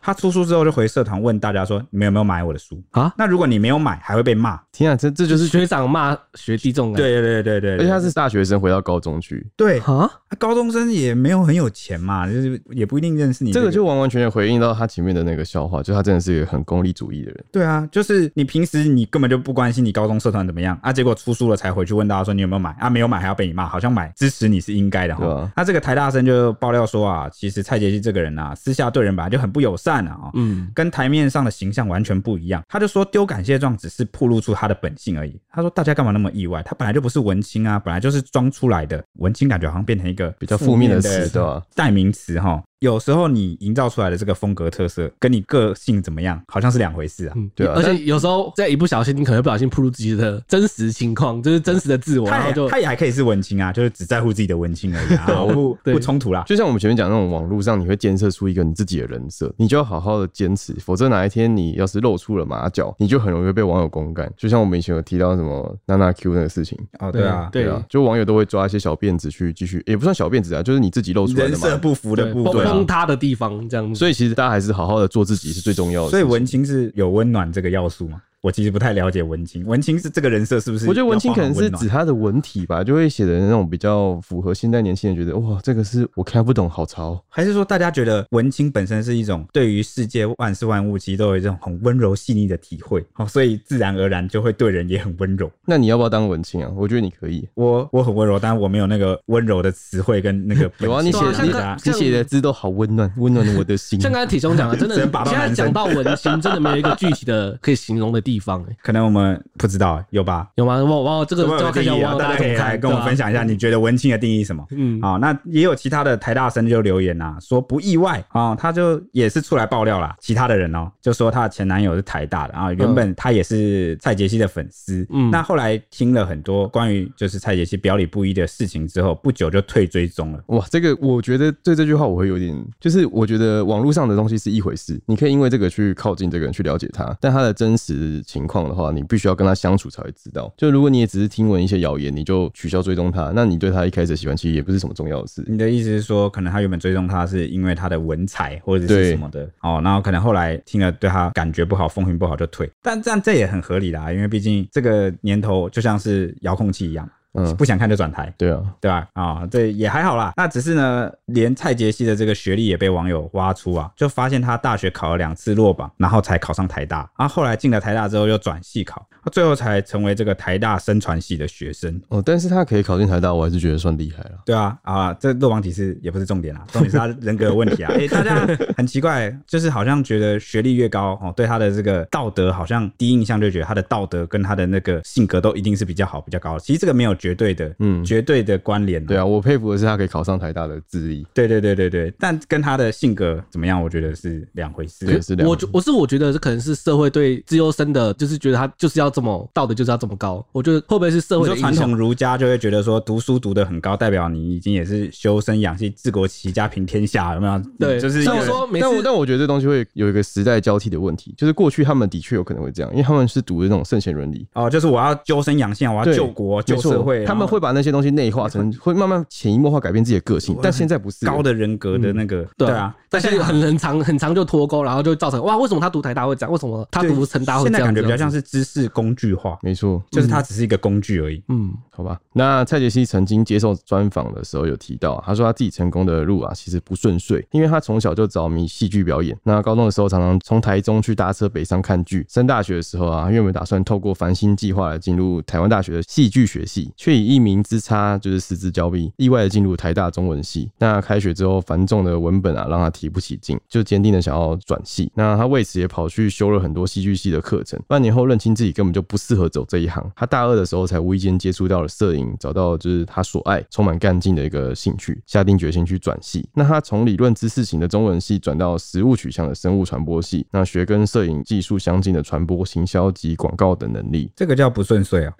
Speaker 1: 他出书之后就回社团问大家说：“你们有没有买我的书？”
Speaker 4: 啊
Speaker 1: 那如果你没有买，还会被骂。
Speaker 3: 天啊，这这就
Speaker 4: 就是
Speaker 3: 是，
Speaker 4: 学长骂学弟这种感觉
Speaker 1: 对对对对
Speaker 3: 而
Speaker 1: 对，
Speaker 3: 且他是大学生回到高中去，
Speaker 1: 对
Speaker 3: 嗯
Speaker 4: 啊，
Speaker 1: 高中生也没有很有钱嘛，就是也不一定认识你、
Speaker 3: 这个就完完全全回应到他前面的那个笑话，就他真的是一个很功利主义的人。
Speaker 1: 对啊，就是你平时你根本就不关心你高中社团怎么样啊，结果出书了才回去问大家说你有没有买啊，没有买还要被你骂，好像买支持你是应该的哈。
Speaker 3: 对啊
Speaker 1: 那这个台大生就爆料说啊，其实蔡杰希这个人啊，私下对人本来就很不友善啊、哦
Speaker 4: 嗯，
Speaker 1: 跟台面上的形象完全不一样。他就说丢感谢状只是暴露出他的本性而已。他说大家干嘛那么意外？他本来就不是文青啊，本来就是装出来的。文青感觉好像变成一个
Speaker 3: 比较负面的词
Speaker 1: 词
Speaker 3: 对吧
Speaker 1: 代名词哈。有时候你营造出来的这个风格特色，跟你个性怎么样，好像是两回事啊。
Speaker 4: 嗯
Speaker 3: 对啊
Speaker 4: 而且有时候在一不小心，你可能不小心暴露自己的真实情况，就是真实的自我，然
Speaker 1: 他
Speaker 4: 后
Speaker 1: 也
Speaker 4: 就
Speaker 1: 他也还可以是文青啊，就是只在乎自己的文青而已 啊，好不
Speaker 4: 对
Speaker 1: 不冲突啦。
Speaker 3: 就像我们前面讲那种网络上，你会建设出一个你自己的人设，你就要好好的坚持，否则哪一天你要是露出了马脚，你就很容易会被网友公干。就像我们以前有提到什么娜娜 Q 那个事情，
Speaker 1: 哦，对啊，
Speaker 4: 对
Speaker 3: 啊，就网友都会抓一些小辫子去继续，也不算小辫子啊，就是你自己露出来
Speaker 1: 人
Speaker 3: 的
Speaker 1: 设
Speaker 3: 嘛。
Speaker 1: 不符的部
Speaker 4: 崩
Speaker 1: 分啊
Speaker 4: 崩。塌的地方这样子。
Speaker 3: 所以其实大家还是好好的做自己是最重要的。
Speaker 1: 啊所以文，青是有温暖这个要素吗？我其实不太了解文青，文青是这个人设是不是？
Speaker 3: 我觉得文青可能是指他的文体吧，就会写的那种比较符合现在年轻人觉得哇，这个是我看不懂，好潮。
Speaker 1: 还是说大家觉得文青本身是一种对于世界万事万物其实都有一种很温柔细腻的体会，哦，所以自然而然就会对人也很温柔。
Speaker 3: 那你要不要当文青啊？我觉得你可以。
Speaker 1: 我我很温柔，但我没有那个温柔的词汇跟那个
Speaker 3: 有啊，你写
Speaker 4: 对啊像
Speaker 3: 你
Speaker 4: 刚
Speaker 3: 你写的字都好温暖，温暖了我的心。
Speaker 4: 像刚才体兄 讲的，真的，
Speaker 1: 只能把到
Speaker 4: 现在
Speaker 1: 男生
Speaker 4: 讲到文青，真的没有一个具 体的可以形容的地方、欸，
Speaker 1: 可能我们不知道有吧？
Speaker 4: 有吗？我我这个
Speaker 1: 有没有
Speaker 4: 就要看一
Speaker 1: 定
Speaker 4: 下
Speaker 1: 义啊？
Speaker 4: 网友
Speaker 1: 大家
Speaker 4: 怎
Speaker 1: 可以
Speaker 4: 么
Speaker 1: 来
Speaker 4: 看，
Speaker 1: 跟我
Speaker 4: 对啊
Speaker 1: 分享一下，你觉得文青的定义是什么？
Speaker 4: 嗯，
Speaker 1: 啊、那也有其他的台大生就留言啊，说不意外啊、他就也是出来爆料啦。其他的人哦，就说她的前男友是台大的啊，原本他也是蔡杰西的粉丝，
Speaker 4: 嗯
Speaker 1: 那后来听了很多关于就是蔡杰西表里不一的事情之后，不久就退追踪了。
Speaker 3: 哇，这个我觉得对这句话我会有点，就是我觉得网络上的东西是一回事，你可以因为这个去靠近这个人去了解他，但他的真实情况的话，你必须要跟他相处才会知道。就如果你也只是听闻一些谣言，你就取消追踪他，那你对他一开始的喜欢其实也不是什么重要的事。
Speaker 1: 你的意思是说，可能他原本追踪他是因为他的文采或者是
Speaker 3: 对
Speaker 1: 什么的哦，然后可能后来听了对他感觉不好，风评不好就退，但这样这也很合理啦，因为毕竟这个年头就像是遥控器一样，
Speaker 3: 嗯
Speaker 1: 不想看就转台，
Speaker 3: 对啊，
Speaker 1: 对吧？啊、这也还好啦。那只是呢，连蔡杰西的这个学历也被网友挖出啊，就发现他大学考了两次落榜，然后才考上台大。啊，后来进了台大之后又转系考，啊最后才成为这个台大生传系的学生。
Speaker 3: 哦，但是他可以考进台大，我还是觉得算厉害了。
Speaker 1: 对啊，啊，这落榜体是也不是重点啊，重点是他人格有问题啊。哎、大家 很奇怪，就是好像觉得学历越高哦，对他的这个道德好像第一印象就觉得他的道德跟他的那个性格都一定是比较好、比较高的。其实这个没有绝对的，嗯，
Speaker 3: 嗯
Speaker 1: 绝对的关联、啊。
Speaker 3: 对啊，我佩服的是他可以考上台大的智力，
Speaker 1: 对对对对对，但跟他的性格怎么样，我觉得是两回事。
Speaker 3: 也是两
Speaker 4: 我觉我是我觉得这可能是社会对自由生的，就是觉得他就是要这么道德就是要这么高，我觉得会不会是社
Speaker 1: 你
Speaker 4: 会的
Speaker 1: 说
Speaker 4: 影
Speaker 1: 传
Speaker 4: 响？
Speaker 1: 统儒家就会觉得说，读书读得很高，代表你已经也是修身养性、治国齐家平天下，有没有？
Speaker 4: 对，
Speaker 1: 就是一
Speaker 4: 像
Speaker 1: 个
Speaker 4: 我说每次
Speaker 3: 但我但我觉得这东西会有一个时代交替的问题，就是过去他们的确有可能会这样，因为他们是读的那种圣贤伦理，
Speaker 1: 哦，就是我要修身养性，啊我要
Speaker 3: 对
Speaker 1: 救国、
Speaker 3: 没
Speaker 1: 救
Speaker 3: 错
Speaker 1: 哦社会，啊
Speaker 3: 他们会把那些东西内化成，会慢慢潜移默化改变自己的个性
Speaker 1: 我，
Speaker 3: 但现在不是
Speaker 1: 然后高的人格的那个，对
Speaker 4: 对
Speaker 1: 啊。，
Speaker 4: 但是很很长很长就脱钩，然后就造成哇，为什么他读台大会这样？为什么他读成大会
Speaker 1: 现
Speaker 4: 这
Speaker 1: 在
Speaker 4: 样？
Speaker 1: 感觉比较像
Speaker 4: 是
Speaker 1: 是知识工具化，
Speaker 3: 没错，
Speaker 1: 就是它只是一个工具而已。
Speaker 4: 嗯，
Speaker 3: 好吧。那蔡杰西曾经接受专访的时候有提到啊，他说他自己成功的路啊其实不顺遂，因为他从小就着迷戏剧表演。那高中的时候常常从台中去搭车北上看剧。升大学的时候啊，原本打算透过繁星计划来进入台湾大学的戏剧学系，却以一名之差就是失之交臂，意外的进入台大中文系。那开学之后繁重的文本啊，让他提不起劲，就坚定的想要转系。那他为此也跑去修了很多戏剧系的课程。半年后认清自己根本就不适合走这一行，他大二的时候才无意间接触到了摄影，找到就是他所爱、充满干劲的一个兴趣，下定决心去转系。那他从理论知识型的中文系转到实务取向的生物传播系，那学跟摄影技术相近的传播、行销及广告等能力。
Speaker 1: 这个叫不顺遂
Speaker 4: 嗯
Speaker 1: 啊！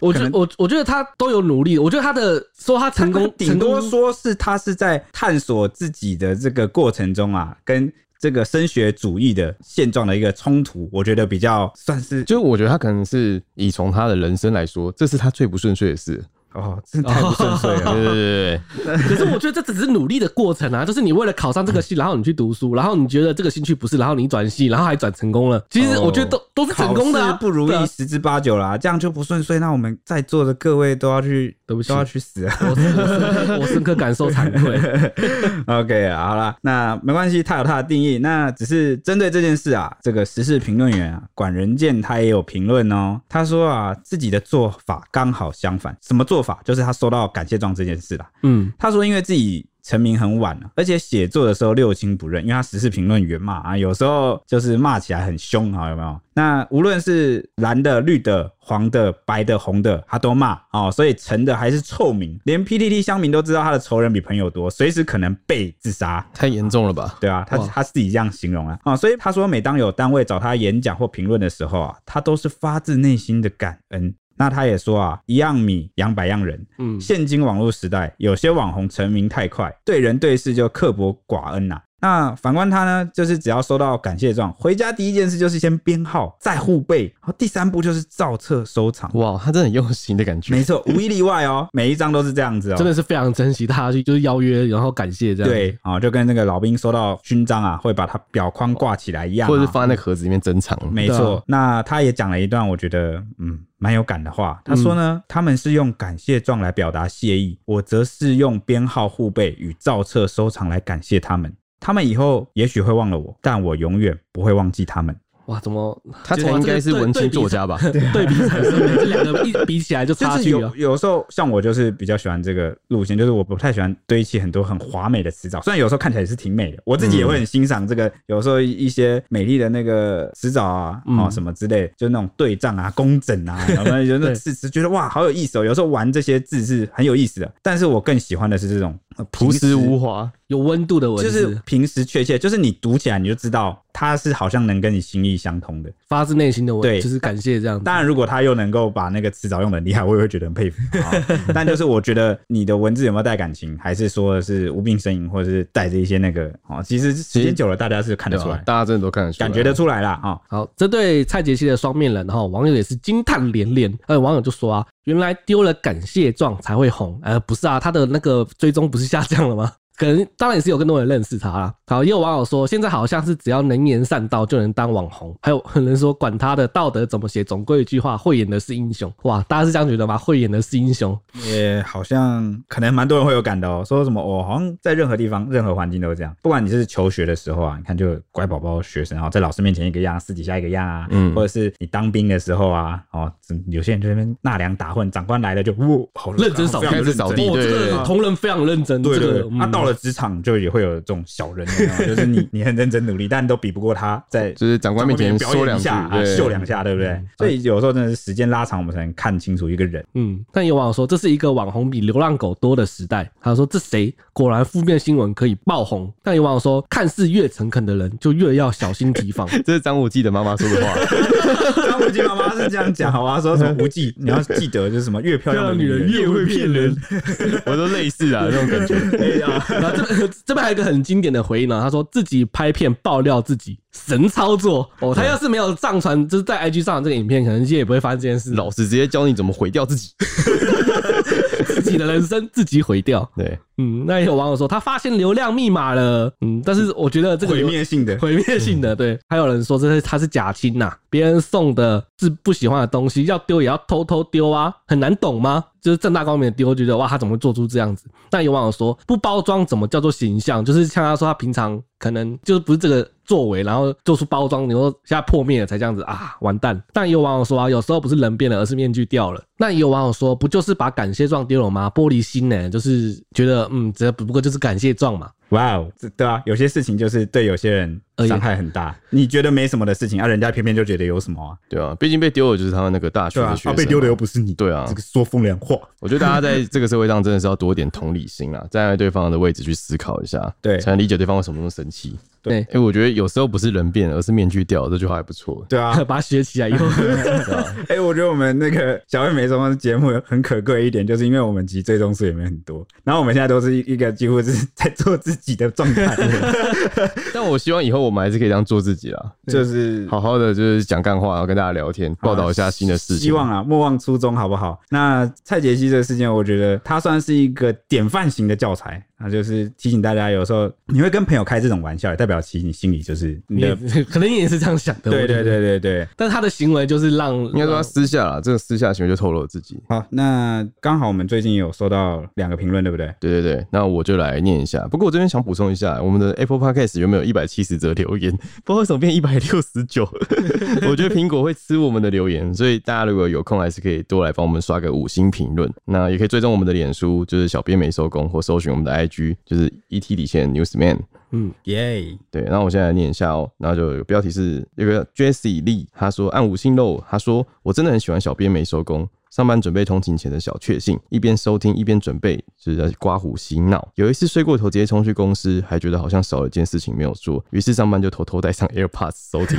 Speaker 4: 我觉我我觉得他都有努力，我觉得他的说他成功，
Speaker 1: 顶多
Speaker 4: 成功
Speaker 1: 说是他是在探索自己的这个过程中啊，跟这个升学主义的现状的一个冲突，我觉得比较算是
Speaker 3: 就我觉得他可能是以从他的人生来说，这是他最不顺遂的事。
Speaker 1: 哦，真的太不顺遂
Speaker 3: 对
Speaker 4: 哦
Speaker 1: 了。
Speaker 3: 对对对，
Speaker 4: 可是我觉得这只是努力的过程啊， 就是你为了考上这个系，
Speaker 1: 嗯
Speaker 4: 然后你去读书，然后你觉得这个兴趣不是，然后你转系，然后还转成功了。其实我觉得都、都是成功的、
Speaker 1: 哦考
Speaker 4: 啊，
Speaker 1: 试不如
Speaker 4: 对
Speaker 1: 意
Speaker 4: 啊。
Speaker 1: 十之八九啦，这样就不顺遂。那我们在座的各位都要去，
Speaker 4: 对不起
Speaker 1: 都要去死啊
Speaker 4: 我深刻我深刻感受惭 愧。
Speaker 1: ！OK，好啦，那没关系，他有他的定义。那只是针对这件事啊，这个时事评论员啊，管仁健他也有评论哦。他说啊，自己的做法刚好相反，什么做法？就是他收到感谢状这件事啦。
Speaker 4: 嗯，
Speaker 1: 他说因为自己成名很晚了、而且写作的时候六亲不认，因为他时事评论员嘛啊，有时候就是骂起来很凶啊，有没有？那无论是蓝的、绿的、黄的、白的、红的，他都骂哦，所以成的还是臭名，连 PTT 乡民都知道他的仇人比朋友多，随时可能被自杀。
Speaker 3: 太严重了吧？
Speaker 1: 对啊，他
Speaker 4: 哇
Speaker 1: 他自己这样形容啊啊、所以他说，每当有单位找他演讲或评论的时候啊，他都是发自内心的感恩。那他也说啊，一样米养百样人，
Speaker 4: 嗯
Speaker 1: 现今网络时代，有些网红成名太快，对人对事就刻薄寡恩呐、那反观他呢，就是只要收到感谢状，回家第一件事就是先编号，再互背，然后第三步就是照册收藏。
Speaker 3: 哇，他真的很用心的感觉
Speaker 1: 没。错，无一例外 哦，每一张都是这样子哦。
Speaker 4: 真的是非常珍惜大家去就是邀约，然后感谢这样。，
Speaker 1: 对啊、哦，就跟那个老兵收到勋章啊，会把它表框挂起来一样、啊，
Speaker 3: 或者是放在那个盒子里面珍藏，
Speaker 1: 没
Speaker 4: 对
Speaker 1: 错
Speaker 4: 啊，
Speaker 1: 那他也讲了一段我觉得嗯蛮有感的话。他说呢，他们是用感谢状来表达谢意，我则是用编号护背与造册收藏来感谢他们。他们以后也许会忘了我，但我永远不会忘记他们。
Speaker 4: 哇，怎么
Speaker 3: 他才应该是文青作家吧？
Speaker 4: 对比产生的这两个一比起来就
Speaker 1: 就
Speaker 4: 差
Speaker 1: 是
Speaker 4: 距啊
Speaker 1: 有
Speaker 4: 了？
Speaker 1: 有时候像我就是比较喜欢这个路线，就是我不太喜欢堆砌很多很华美的词藻，虽然有时候看起来也是挺美的，我自己也会很欣赏这个。有时候一些美丽的那个词藻啊，
Speaker 4: 嗯
Speaker 1: 哦什么之类，就那种对仗啊、工整 啊，然后有那
Speaker 4: 对
Speaker 1: 字词，觉得哇好有意思哦。有时候玩这些字是很有意思的，但是我更喜欢的是这种呃
Speaker 3: 朴
Speaker 1: 平
Speaker 3: 实
Speaker 1: 时
Speaker 3: 无华。
Speaker 4: 有温度的文
Speaker 1: 就
Speaker 4: 字，
Speaker 1: 是平时确切，就是你读起来你就知道它是好像能跟你心意相通的。
Speaker 4: 发自内心的文，
Speaker 1: 对
Speaker 4: 就是感谢这样子
Speaker 1: 当。然，如果他又能够把那个词藻用的厉害，我也会觉得很 佩服。好但就是我觉得你的文字有没有带感情，还是说是无病呻吟，或者是带着一些那个哦，其实时间久了大家是看得
Speaker 3: 对
Speaker 1: 出
Speaker 3: 吧
Speaker 1: 来？，
Speaker 3: 大家真的都看得出来，
Speaker 1: 感觉得出来啦啊、哦
Speaker 4: 好，这对蔡杰希的双面人，哈，网友也是惊叹连连。呃，网友就说啊，原来丢了感谢状才会红，呃，不是啊，他的那个追踪不是下降了吗？ 可能当然也是有更多人认识他啦。好，也有网友说，现在好像是只要能言善道就能当网红，还有有人说管他的道德怎么写，总归一句话，慧眼的是英雄。哇，大家是这样觉得吗？慧眼的是英雄，
Speaker 1: 也好像可能蛮多人会有感的哦。说什么我、哦、好像在任何地方、任何环境都是这样，不管你是求学的时候啊，你看就有乖宝宝学生啊、哦，在老师面前一个样，私底下一个样啊，
Speaker 3: 嗯
Speaker 1: 或者是你当兵的时候啊，哦，有些人就在那边纳凉打混，长官来了就哇，好
Speaker 4: 认真扫地
Speaker 1: 非常认啊真啊
Speaker 3: 开始扫地
Speaker 4: 哦，
Speaker 3: 对
Speaker 4: 这
Speaker 3: 对
Speaker 4: 个
Speaker 3: 对
Speaker 4: 同仁非常认真，
Speaker 1: 对
Speaker 4: 这
Speaker 1: 对
Speaker 4: 个嗯
Speaker 1: 对，那、到
Speaker 4: 了。
Speaker 1: 了职场就也会有这种小人，有没有就是你你很认真努力，但都比不过他在
Speaker 3: 就是长官面前
Speaker 1: 表演
Speaker 3: 说两
Speaker 1: 一
Speaker 3: 句
Speaker 1: 下，啊
Speaker 3: 对
Speaker 1: 秀两下，对不对？所以有时候真的是时间拉长，我们才能看清楚一个人。
Speaker 4: 嗯，但有网友说这是一个网红比流浪狗多的时代。他说这谁果然负面新闻可以爆红。但有网友说，看似越诚恳的人就越要小心提 防。
Speaker 3: 这是张无忌的妈妈说 的话，
Speaker 1: 张无忌妈妈是这样讲，好吧？说什么无忌，你要记得就是什么越漂亮的女人
Speaker 4: 越会骗人。
Speaker 3: 我说类似啊，这种感觉。
Speaker 1: 哎呀，
Speaker 4: 然后这这边还有一个很经典的回应呢，他说自己拍片爆料自己神操作哦，他要是没有上传，就是在 IG 上传这个影片，可能今天也不会发生这件事，
Speaker 3: 老师直接教你怎么毁掉自己。
Speaker 4: 自己的人生自己毁掉。
Speaker 3: 对，
Speaker 4: 嗯，那也有网友说他发现流量密码了，嗯，但是我觉得 这个
Speaker 1: 毁
Speaker 4: 流
Speaker 1: 灭性的。
Speaker 4: 毁灭性的，对。还有人说这是他是假亲呐、别人送的是不喜欢的东西，要丢也要偷偷丢啊，很难懂吗？就是正大光明的丢，觉得哇，他怎么会做出这样子？但有网友说，不包装怎么叫做形象？就是像他说，他平常可能就是不是这个作为，然后做出包装，你说现在破灭了才这样子啊，完蛋。但也有网友说啊，有时候不是人变了，而是面具掉了。那也有网友说，不就是把感谢状丢了吗？玻璃心呢、就是觉得嗯，这不过就是感谢状嘛。
Speaker 1: 哇哦，这对啊，有些事情就是对有些人
Speaker 4: 而已
Speaker 1: 伤害很大，你觉得没什么的事情啊，人家偏偏就觉得有什么啊，
Speaker 3: 对啊，毕竟被丢的就是他们那个大学
Speaker 1: 对
Speaker 3: 的
Speaker 1: 啊
Speaker 3: 学，
Speaker 1: 啊
Speaker 3: 生嘛。
Speaker 1: 被丢的又不是你，
Speaker 3: 对啊
Speaker 1: 这个说风凉话，
Speaker 3: 我觉得大家在这个社会上真的是要多一点同理心啊，站在对方的位置去思考一下，
Speaker 1: 对
Speaker 3: 才能理解对方为什么那么生气。
Speaker 1: 对
Speaker 3: 哎、我觉得有时候不是人变了，而是面具掉了，这句话还不错。
Speaker 1: 对啊，
Speaker 4: 把它学起来以后。
Speaker 1: 哎、我觉得我们那个小妹没什么节目很可贵一点，就是因为我们集最终数也没很多，然后我们现在都是一一个几乎是在做自己的状态，
Speaker 3: 但我希望以后我们还是可以这样做自己啦，
Speaker 1: 就是
Speaker 3: 好好的就是讲干话，然后跟大家聊天，报道一下新的事情。
Speaker 1: 啊希望啊，莫忘初衷，好不好？那蔡杰西这个事件，我觉得他算是一个典范型的教材，那就是提醒大家，有时候你会跟朋友开这种玩笑，也代表其实你心里就是你
Speaker 4: 你
Speaker 1: 的，
Speaker 4: 也可能你也是这样想的。
Speaker 1: 对
Speaker 4: 我觉
Speaker 1: 对
Speaker 4: 得，
Speaker 1: 对对对。
Speaker 4: 但他的行为就是让啊
Speaker 3: 应该说他
Speaker 4: 让
Speaker 3: 私下啦，这个私下行为就透露了自己。
Speaker 1: 好，那刚好我们最近有收到两个评论，对不对？
Speaker 3: 对对对，那我就来念一下。不过我这边想补充一下，我们的 Apple Podcast 原本有一百七十则留言， 不知道为什么变一百六十九。 我觉得苹果会吃我们的留言，所以大家如果有空，还是可以多来帮我们刷个五星评论。那也可以追踪我们的脸书，就是小编没收工，或搜寻我们的 IG，就是 ET 底线 Newsman。
Speaker 1: 耶、
Speaker 3: 对，那我现在来念一下哦。然后就有标题是有个 Jessie Lee，他说按五星喽。他说我真的很喜欢小编没收工，上班准备通勤前的小确幸，一边收听一边准备，就是在刮胡洗脑。有一次睡过头，直接冲去公司，还觉得好像少了一件事情没有做，于是上班就偷偷带上 AirPods 收听。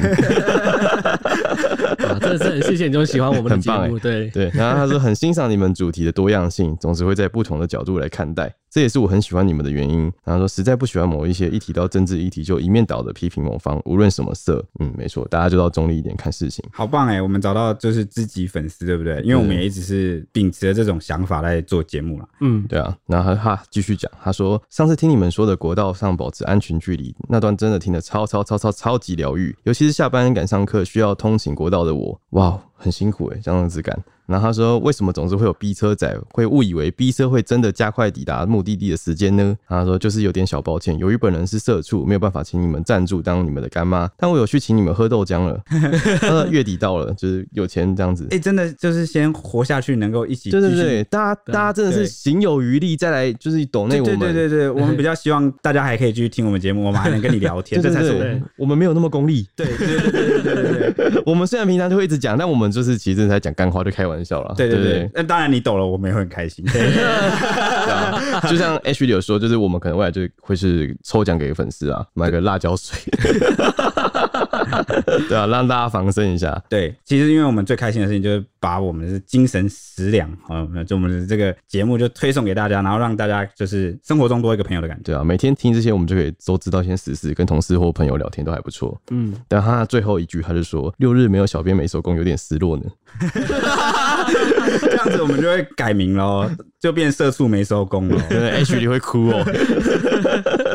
Speaker 4: 啊，真的是很谢谢你这么喜欢我们的
Speaker 3: 很
Speaker 4: 节
Speaker 3: 棒
Speaker 4: 目，对，
Speaker 3: 对，然后他说很欣赏你们主题的多样性，总是会在不同的角度来看待，这也是我很喜欢你们的原因。然后说实在不喜欢某一些一提到政治议题就一面倒的批评某方，无论什么色，嗯，没错，大家就要中立一点看事情。
Speaker 1: 好棒哎、我们找到就是知己粉丝，对不对？因为我们也一直是秉持着这种想法来做节目啦。
Speaker 4: 嗯，
Speaker 3: 对啊，然后他他继续讲，他说上次听你们说的国道上保持安全距离那段，真的听得超超超超超级疗愈，尤其是下班赶上课需要通勤国道的我，哇，很辛苦欸诶，这样子感。然后他说，为什么总是会有逼车仔会误以为逼车会真的加快抵达目的地的时间呢？然后他说，就是有点小抱歉，由于本人是社畜，没有办法请你们赞助当你们的干妈， 但我有去请你们喝豆浆了。 他说月底到了， 就是有钱这样子
Speaker 1: 哎、。真的就是先活下去，能够一起
Speaker 3: 对对
Speaker 1: 继续
Speaker 3: 对，大家大家真的
Speaker 1: 啊对
Speaker 3: 是行有余力再来，就是抖内我
Speaker 1: 对
Speaker 3: 们。
Speaker 1: 对对对，我们比较希望大家还可以继续听我们节目，我们还能跟你聊天，这才是我
Speaker 3: 对
Speaker 1: 们
Speaker 3: 对我们没有那么功利。
Speaker 1: 对对对对对对对
Speaker 3: 我们虽然平常就会一直讲，但我们就是其实真的在讲干话，就开玩笑了。
Speaker 1: 对对
Speaker 3: 对
Speaker 1: 对。那当然你懂了，我们也会很开心。对
Speaker 3: 对啊 就像 H 里有说，就是我们可能未来就会是抽奖给粉丝啊，买个辣椒水， 对啊，让大家防身一下。
Speaker 1: 对，其实因为我们最开心的事情就是把我们的精神食粮啊，呃就我们的这个节目就推送给大家，然后让大家就是生活中多一个朋友的感觉。
Speaker 3: 对啊，每天听这些，我们就可以都知道一些时事，跟同事或朋友聊天都还不错。
Speaker 4: 嗯，
Speaker 3: 但他最后一句，他就说六日没有小编没收工，有点失 落呢。
Speaker 1: 这样子我们就会改名喽，就变社畜没收工喽。
Speaker 3: 真的 H 里会哭哦，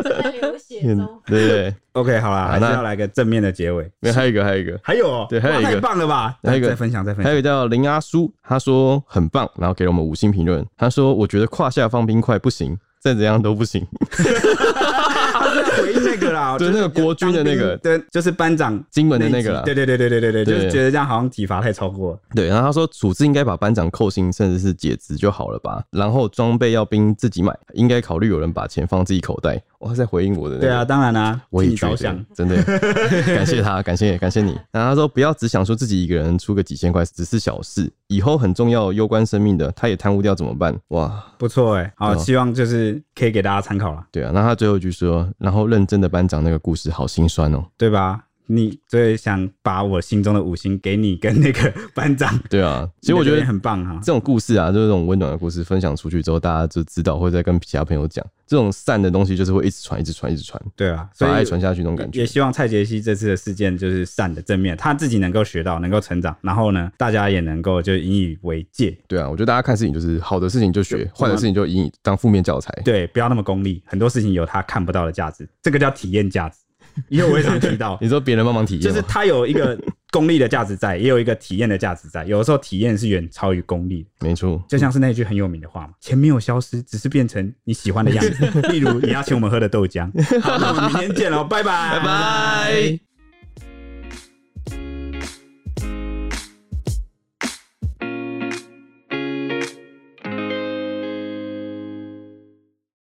Speaker 2: 在流血
Speaker 3: 对 对对，
Speaker 1: OK，好啦，还是
Speaker 3: 那
Speaker 1: 要来个正面的结尾。
Speaker 3: 没有还有一个还有一个，
Speaker 1: 还有哦，
Speaker 3: 对还有
Speaker 1: 哇
Speaker 3: 一个
Speaker 1: 太棒了吧！
Speaker 3: 还有一个
Speaker 1: 再分享，再分
Speaker 3: 还
Speaker 1: 享
Speaker 3: 有。一个叫林阿叔，他说很棒，然后给了我们五星评论。他说我觉得胯下放冰块不行， 再怎样都不行。
Speaker 1: 他是在回应那个啦， 哦就
Speaker 3: 对
Speaker 1: 是
Speaker 3: 那个国军的那个
Speaker 1: 当兵对，就是班长
Speaker 3: 金门的那个啦
Speaker 1: 一集对对对对对对对，
Speaker 3: 对
Speaker 1: 就是觉得这样好像体罚太超过了。
Speaker 3: 对，然后他说处置应该把班长扣薪，甚至是解职就好了吧。然后装备要兵自己买，应该考虑有人把钱放自己口袋。哇，他在回应我的、那个
Speaker 1: 对啊，当然啦，
Speaker 3: 我
Speaker 1: 替
Speaker 3: 也
Speaker 1: 你
Speaker 3: 觉
Speaker 1: 着
Speaker 3: 得
Speaker 1: 想，
Speaker 3: 真的感谢他，感谢感谢你。然后他说不要只想说自己一个人出个几千块只是小事，以后很重要攸关生命的，他也贪污掉怎么办？哇，
Speaker 1: 不错哎，好，
Speaker 3: 嗯
Speaker 1: 希望就是可以给大家参考啦，
Speaker 3: 对啊。那他最后一句说，然后认真的班长那个故事好心酸哦、
Speaker 1: 对吧？你最想把我心中的五星给你跟那个班长，
Speaker 3: 对啊，其实我
Speaker 1: 你
Speaker 3: 觉得
Speaker 1: 的留言很棒啊
Speaker 3: 这种故事啊，就是这种温暖的故事分享出去之后，大家就知道，或者再跟其他朋友讲，这种善的东西就是会一直传、一直传、一直传，
Speaker 1: 对啊，所
Speaker 3: 把爱
Speaker 1: 以
Speaker 3: 传下去那种感
Speaker 1: 也
Speaker 3: 觉。
Speaker 1: 希望蔡杰西这次的事件就是善的正面，他自己能够学到，能够成长，然后呢，大家也能够就引以为戒，
Speaker 3: 对啊，我觉得大家看事情就是好的事情就学，坏的事情就以你当负面教材。
Speaker 1: 对，不要那么功利，很多事情有他看不到的价值，这个叫体验价值。以后我也常提到，
Speaker 3: 你说别人帮忙体
Speaker 1: 就
Speaker 3: 验
Speaker 1: 是
Speaker 3: 嘛，
Speaker 1: 它有一个功利的价值在，也有一个体验的价值在。有的时候体验是远超于功利的，
Speaker 3: 没错。
Speaker 1: 就像是那句很有名的话嘛：“钱没有消失，只是变成你喜 欢的样子。”例如你要请我们喝的豆浆。好，那我们明天见喽，拜拜，拜
Speaker 3: 拜。